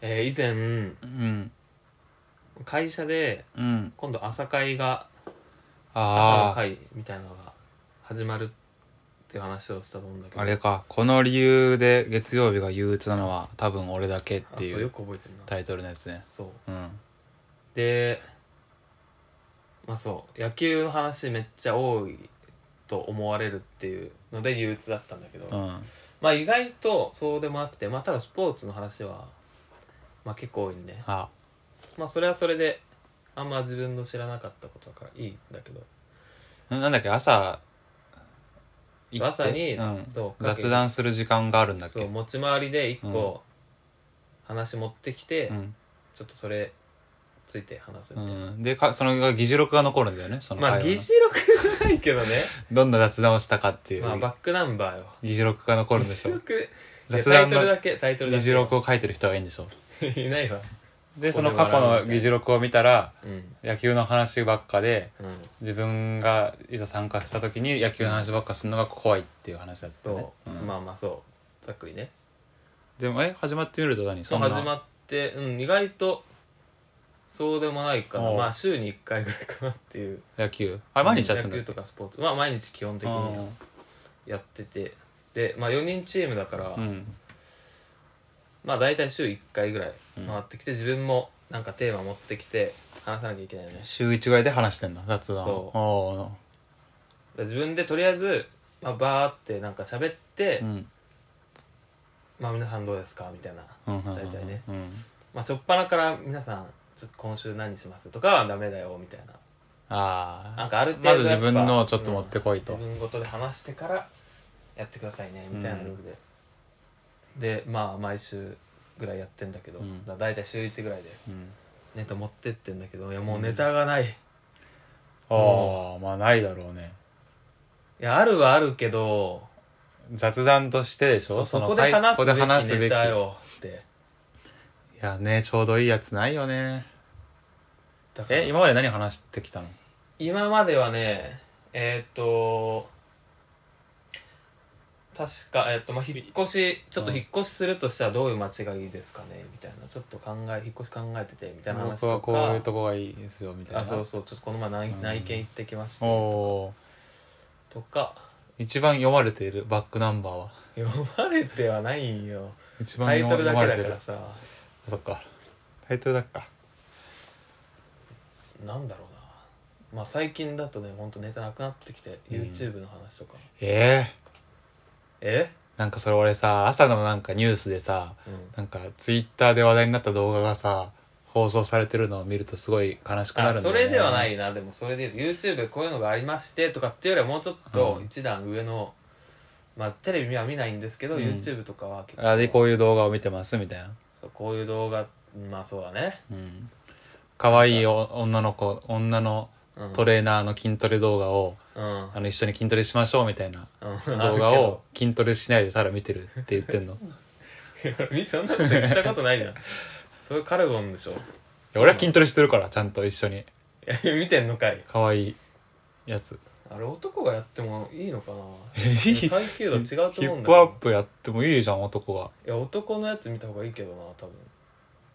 えー以前うん会社でうん今度朝会が朝のああ会みたいなのが始まるって話をしたと思うんだけどあれかこの理由で月曜日が憂鬱なのは多分俺だけっあていそうようく覚えてるなタイトルのやつねそううんでまあそう野球の話めっちゃ多いと思われるっていうので憂鬱だったんだけど、うんまあ意外とそうでもなくてまあただスポーツの話はまあ結構多いんであまあそれはそれであんま自分の知らなかったことだからいいんだけどななんだっけ朝行って朝に、うん、そう雑談する時間があるんだっけそう持ち回りで一個話持ってきて、うんちょっとそれついて話すみたいな、うん、でかその議事録が残るんだよねそのまあ会話の議事録じゃないけどねどんな雑談をしたかっていう、まあバックナンバーよ議事録が残るんで議し 事ょ録いや雑タイ談トルのだけタイトルだ議け事録を書いてる人がいいんでしょいないわでその過去の議事録を見たらうんうん野球の話ばっかで自分がいざ参加した時に野球の話ばっかするのが怖いっていう話だったそう、よね、うんまあまあそうざっくりねでもえ始まってみると何そそうんな始まってうん意外とそうでもないかなおうまあ週に1回ぐらいかなっていう野球あれ毎日やってん野だ球っけとかスポーツまあ毎日基本的にはやっててでまあ4人チームだから、うんうんまあ大体週1回ぐらいうん回ってきて自分もなんかテーマ持ってきて話さなきゃいけないよね週1ぐらいで話してんだ雑談そおで自分でとりあえず、まあ、バーってなんか喋って、ーうんまあ皆さんどうですかみたいなうんうんうん大体ねうんまあ初っ端から皆さんちょっと今週何しますとかはダメだよみたいなああなんかある程度まずや自っぱ分のをちょっと持ってこいと、自分ごとで話してからやってくださいねみたいなルールで、でまあ毎週ぐらいやってんだけど、うんだだいたい週1ぐらいでうんネタ持ってってんだけどいやもうネタがない、いああまあないだろうねやあるはあるけど雑談としてでしそょそのこで話そこです話べすきべネきタいよってやねちょうどいいやつないよねだからえ今まで何話してきたの今まではねえーっと確か、えーっとまあ、引っ越しちょっとうん引っ越しするとしたらどういう街がいいですかねみたいなちょっと考え引っ越し考えててみたいな話僕とはかこういうとこがいいですよみたいなあそうそうちょっとこの前内,、うん内見行ってきましたおーとか一番読まれているバックナンバーは読まれてはないんよ一番タイトルだけだか読まられてさるそっかタイトルだっかなんだろうなまあ最近だとねほんとネタなくなってきて、うん YouTube の話とかえええ、なんかそれ俺さ朝のなんかニュースでさうん、なんかツイッターで話題になった動画がさ放送されてるのを見るとすごい悲しくなるあんだそよねれではないなでもそれで言うと YouTube でこういうのがありましてとかっていうよりはもうちょっとうん一段上の、まあテレビは見ないんですけど、うん YouTube とかは結構あでこういう動画を見てますみたいなそうこういう動画まあそうだね、うん可愛いお女の子女のうん、トレーナーの筋トレ動画を、うん、うんあの一緒に筋トレしましょうみたいな あ動る画を筋トレしないでただ見てるって言ってん のけど みそんなこと言ったことないじゃんそれカルボンでしょい俺は筋トレしてるからちゃんと一緒にや見てんのかい可愛いやつあれ男がやってもいいのか ないい階級度違うとヒ思うんだけどップアップやってもいいじゃん男はいや男のやつ見た方がいいけどな多分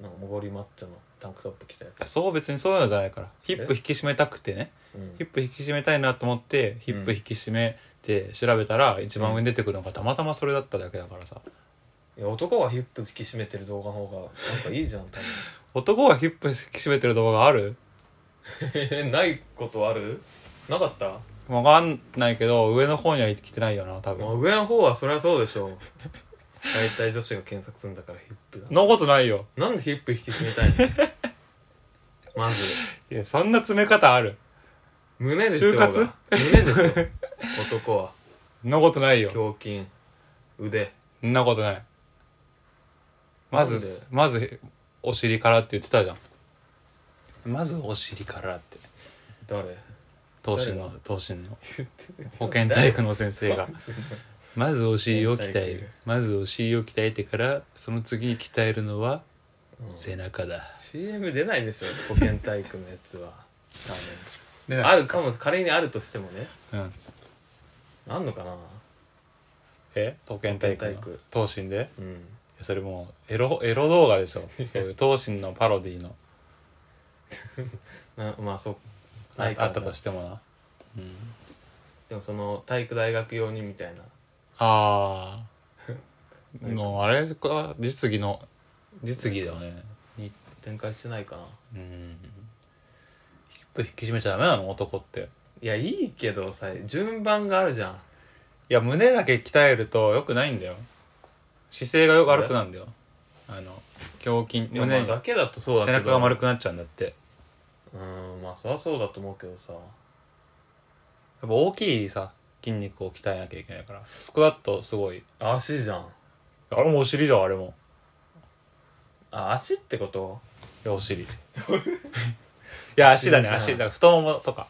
なんかモゴリマッチョのタンクトップ着たやつ、そう別にそういうのじゃないからヒップ引き締めたくてねうんヒップ引き締めたいなと思ってヒップ引き締めて調べたら一番上に出てくるのがたまたまそれだっただけだからさいや男がヒップ引き締めてる動画の方がなんかいいじゃん多分男がヒップ引き締めてる動画あるえ ないことあるなかった、わかんないけど上の方には来てないよな多まあ、分上の方はそりゃそうでしょう大体女子が検索するんだからヒップだのことないよなんでヒップ引き締めたいの まずいやそんな詰め方ある胸でしょうが就活胸でし ょ男はのことないよ胸筋腕そんなことないまなんでずまずお尻からって言ってたじゃんまずお尻からって誰東進の誰東進の保健体育の先生がまずお尻を鍛えるまずお尻を鍛えてからその次に鍛えるのはうん背中だ CM 出ないでしょ保健体育のやつは多分 ああるかも仮にあるとしてもねうんあんのかなえ保健体育保健体の東進でうんやそれもうエロエロ動画でしょそういう東進のパロディのなまあそうあないかあなったとしてもな、うん、でもその体育大学用にみたいなあ あのあれか実技の実技だよねに展開してないかなうんヒップ引き締めちゃダメなの男っていやいいけどさ順番があるじゃんいや胸だけ鍛えるとよくないんだよ姿勢がよく悪くなんだよあの胸い筋やま胸あだけだとそうだ背けど中が丸くなっちゃうんだってやっうんまあそりゃそうだと思うけどさぱ大きいさ筋肉を鍛えなきゃいけないからスクワットすごい足じゃんあれもお尻だあれもあ足ってこといやお 尻いや足だね足足だなだから太ももとか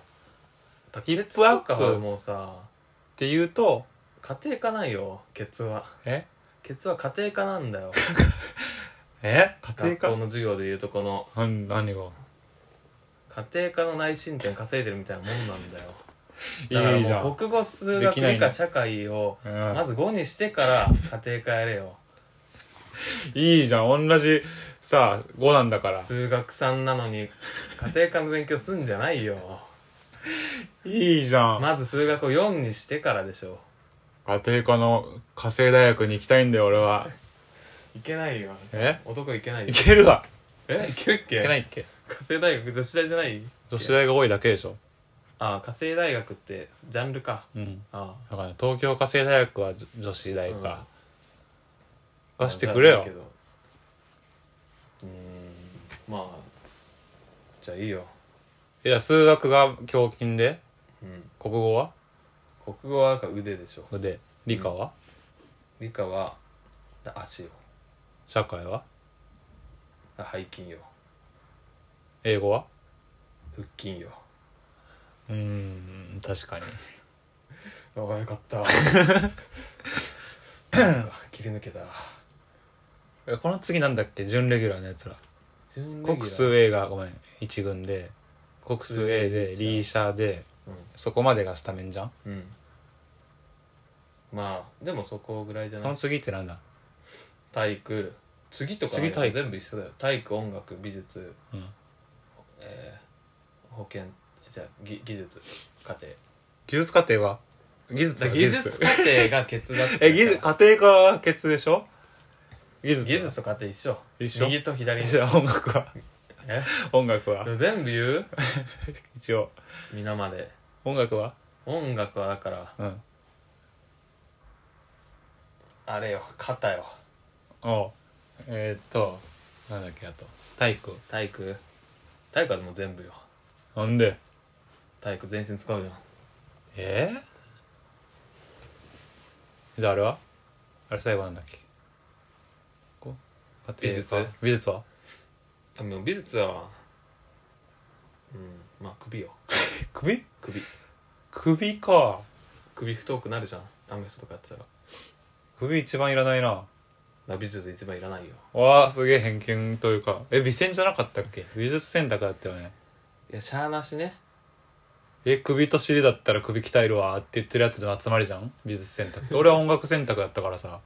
ヒップアップはもうさっていうと家庭科ないよケツはえケツは家庭科なんだよえ家庭学校科の授業でいうとこの何何が家庭科の内申点稼いでるみたいなもんなんだよだかいいじらゃもんう国語数で学きない理ね科社会をうんまず5にしてから家庭科やれよいいじゃん同じさ5なんだから数学3なのに家庭科の勉強すんじゃないよいいじゃん、まず数学を4にしてからでしょ家庭科の家政大学に行きたいんだよ俺はいけないよ え男いけないよいけるわえいけるっけいけないっけ火星大学女子大じゃない女子大が多いだけでしょああ火星大学ってジャンルかうんあだから、ね、東京家政大学は女女子大か、あ出してくれまあよじゃあいいけどうーんまあじゃあいいよいや数学が胸筋でうん国語は国語はなんか腕でしょ腕理科は、理科はだ足よ社会はだ背筋よ英語は腹筋ようーん確かにああよかった なんか切り抜けたえこの次なんだっけ準レギュラーのやつら準レギュラー国数 A がごめん1軍で国数 A でリーシャーでそこまでがスタメンじゃんうん、うん、まあでもそこぐらいじゃそないの次ってなんだ体育次とか次体育全部一緒だよ体育音楽美術、うんえー保健じゃあ技技術家庭技術課程は技術だはから技術家庭がケツだってえ技術家庭科はケツでしょ技術は技術と家庭一緒一緒右と左じゃあ音楽はえ音楽は全部言う一応皆まで音楽は音楽はだからうんあれよ肩よおうえー、っとなんだっけあと体育体育体育はでも全部よなんで体育全身使うじゃんえー、じゃああれはあれ最後なんだっけこう家庭科美術美術は多分美術はうんまあ首よ首首首か首太くなるじゃんあの人とかやってたらだか首一番いらないなら美術一番いらないよわあすげえ偏見というかえ美選じゃなかったっけ美術選択だったよねいやしゃあなしねえ首と尻だったら首鍛えるわって言ってるやつの集まりじゃん美術選択って俺は音楽選択だったからさ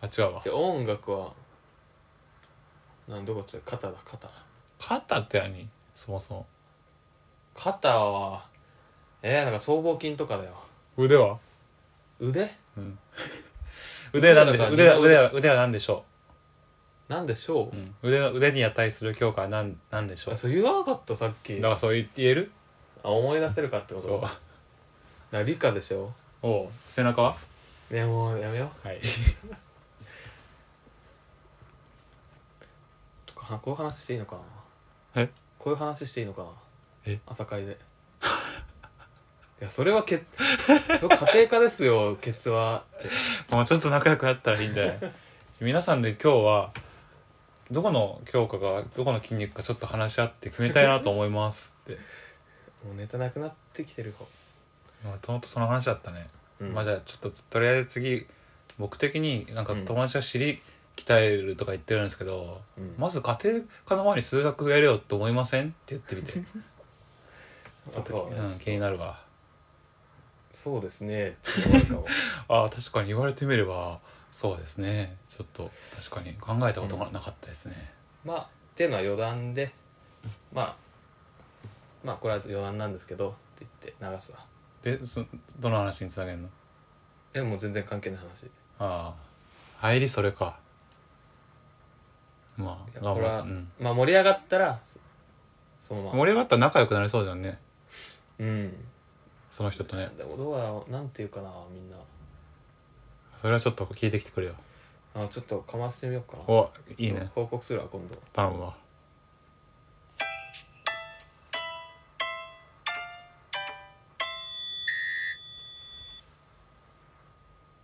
あ違うわじゃあ音楽はなんどこっちだ肩だ肩肩って何そもそも肩はえー、なんか僧帽筋とかだよ腕は、腕うん、腕なんで腕だから腕は二の腕腕は腕は何でしょなんでしょう、う、うん、腕の腕に値する強化は何何でしょあうそう言わなかったさっきだからそう言言えるあ思い出せるかってことそうだから理科でしょおう背中はねもうやめようはい とかこういう話していいのかなえこういう話していいのかなえ朝会で いやそれはけそれ家庭科ですよケツはもうちょっと仲良くなったらいいんじゃない皆さんで今日はどこの強化がどこの筋肉かちょっと話し合って決めたいなと思いますってもうネタなくなってきてるよ、まあともとその話だったね、うんまあじゃあちょっととりあえず次僕的になんかうん友達が尻鍛えるとか言ってるんですけど、うんまず家庭科の前に数学やれよって思いませんって言って みてちょっとそう気,、ねうん、気になるわそうですねって言われるかもああ確かに言われてみればそうですねちょっと確かに考えたことがなかったですね、 まあっていうのは余談でまあまあこれは余談なんですけどって言って流すわでそどの話につなげるのえもう全然関係ない話いああ入りそれかまあや頑これ張は、っうん、まあ盛り上がったらそそのまま盛り上がったら仲良くなりそうじゃんねうんその人とねでもどうやろうなんていうかなみんなそれはちょっと聞いてきてくれよあちょっとかましてみようかなおいいね報告するわ今度頼むわ